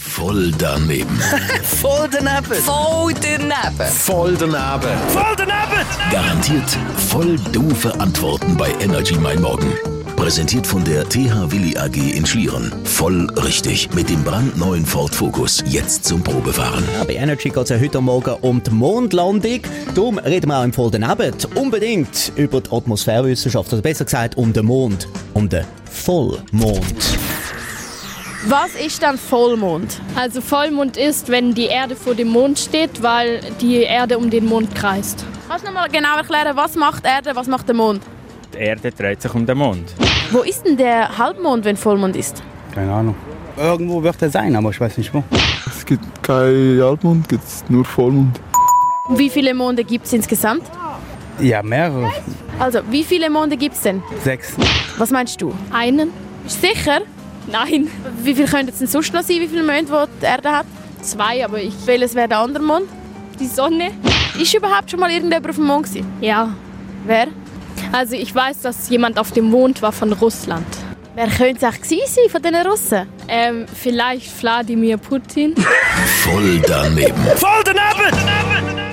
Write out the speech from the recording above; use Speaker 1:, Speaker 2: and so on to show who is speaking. Speaker 1: Voll daneben.
Speaker 2: Voll daneben.
Speaker 3: Voll daneben.
Speaker 1: Voll daneben.
Speaker 2: Voll daneben.
Speaker 1: Garantiert voll doofe Antworten bei Energy Mein Morgen. Präsentiert von der TH Willi AG in Schlieren. Voll richtig. Mit dem brandneuen Ford Focus. Jetzt zum Probefahren.
Speaker 4: Ja, Bei Energy geht es ja heute Morgen um die Mondlandung. Darum reden wir auch im Voll daneben unbedingt über die Atmosphärwissenschaft. Oder besser gesagt, um den Mond. Um den Vollmond.
Speaker 5: Was ist dann Vollmond?
Speaker 6: Also Vollmond ist, wenn die Erde vor dem Mond steht, weil die Erde um den Mond kreist.
Speaker 5: Kannst du nochmal genau erklären, was macht die Erde, was macht der Mond?
Speaker 7: Die Erde dreht sich um den Mond.
Speaker 5: Wo ist denn der Halbmond, wenn Vollmond ist?
Speaker 8: Keine Ahnung. Irgendwo wird er sein, aber ich weiß nicht wo.
Speaker 9: Es gibt keinen Halbmond, gibt's nur Vollmond.
Speaker 5: Wie viele Monde gibt es insgesamt?
Speaker 8: Ja, mehrere.
Speaker 5: Also, wie viele Monde gibt es denn?
Speaker 8: Sechs.
Speaker 5: Was meinst du?
Speaker 6: Einen?
Speaker 5: Bist du sicher?
Speaker 6: Nein,
Speaker 5: Wie viel könnte es denn sonst noch sein, wie viele Monde die, die Erde hat?
Speaker 6: zwei, aber ich.
Speaker 5: Welches wäre der andere Mond?
Speaker 6: Die Sonne?
Speaker 5: Ist überhaupt schon mal irgendjemand auf dem Mond gewesen?
Speaker 6: Ja.
Speaker 5: Wer?
Speaker 6: Also ich weiß, dass jemand auf dem Mond war von Russland.
Speaker 5: Wer könnte es auch gewesen sein von diesen Russen?
Speaker 6: Ähm, vielleicht Wladimir Putin?
Speaker 1: Voll daneben.
Speaker 2: Voll daneben.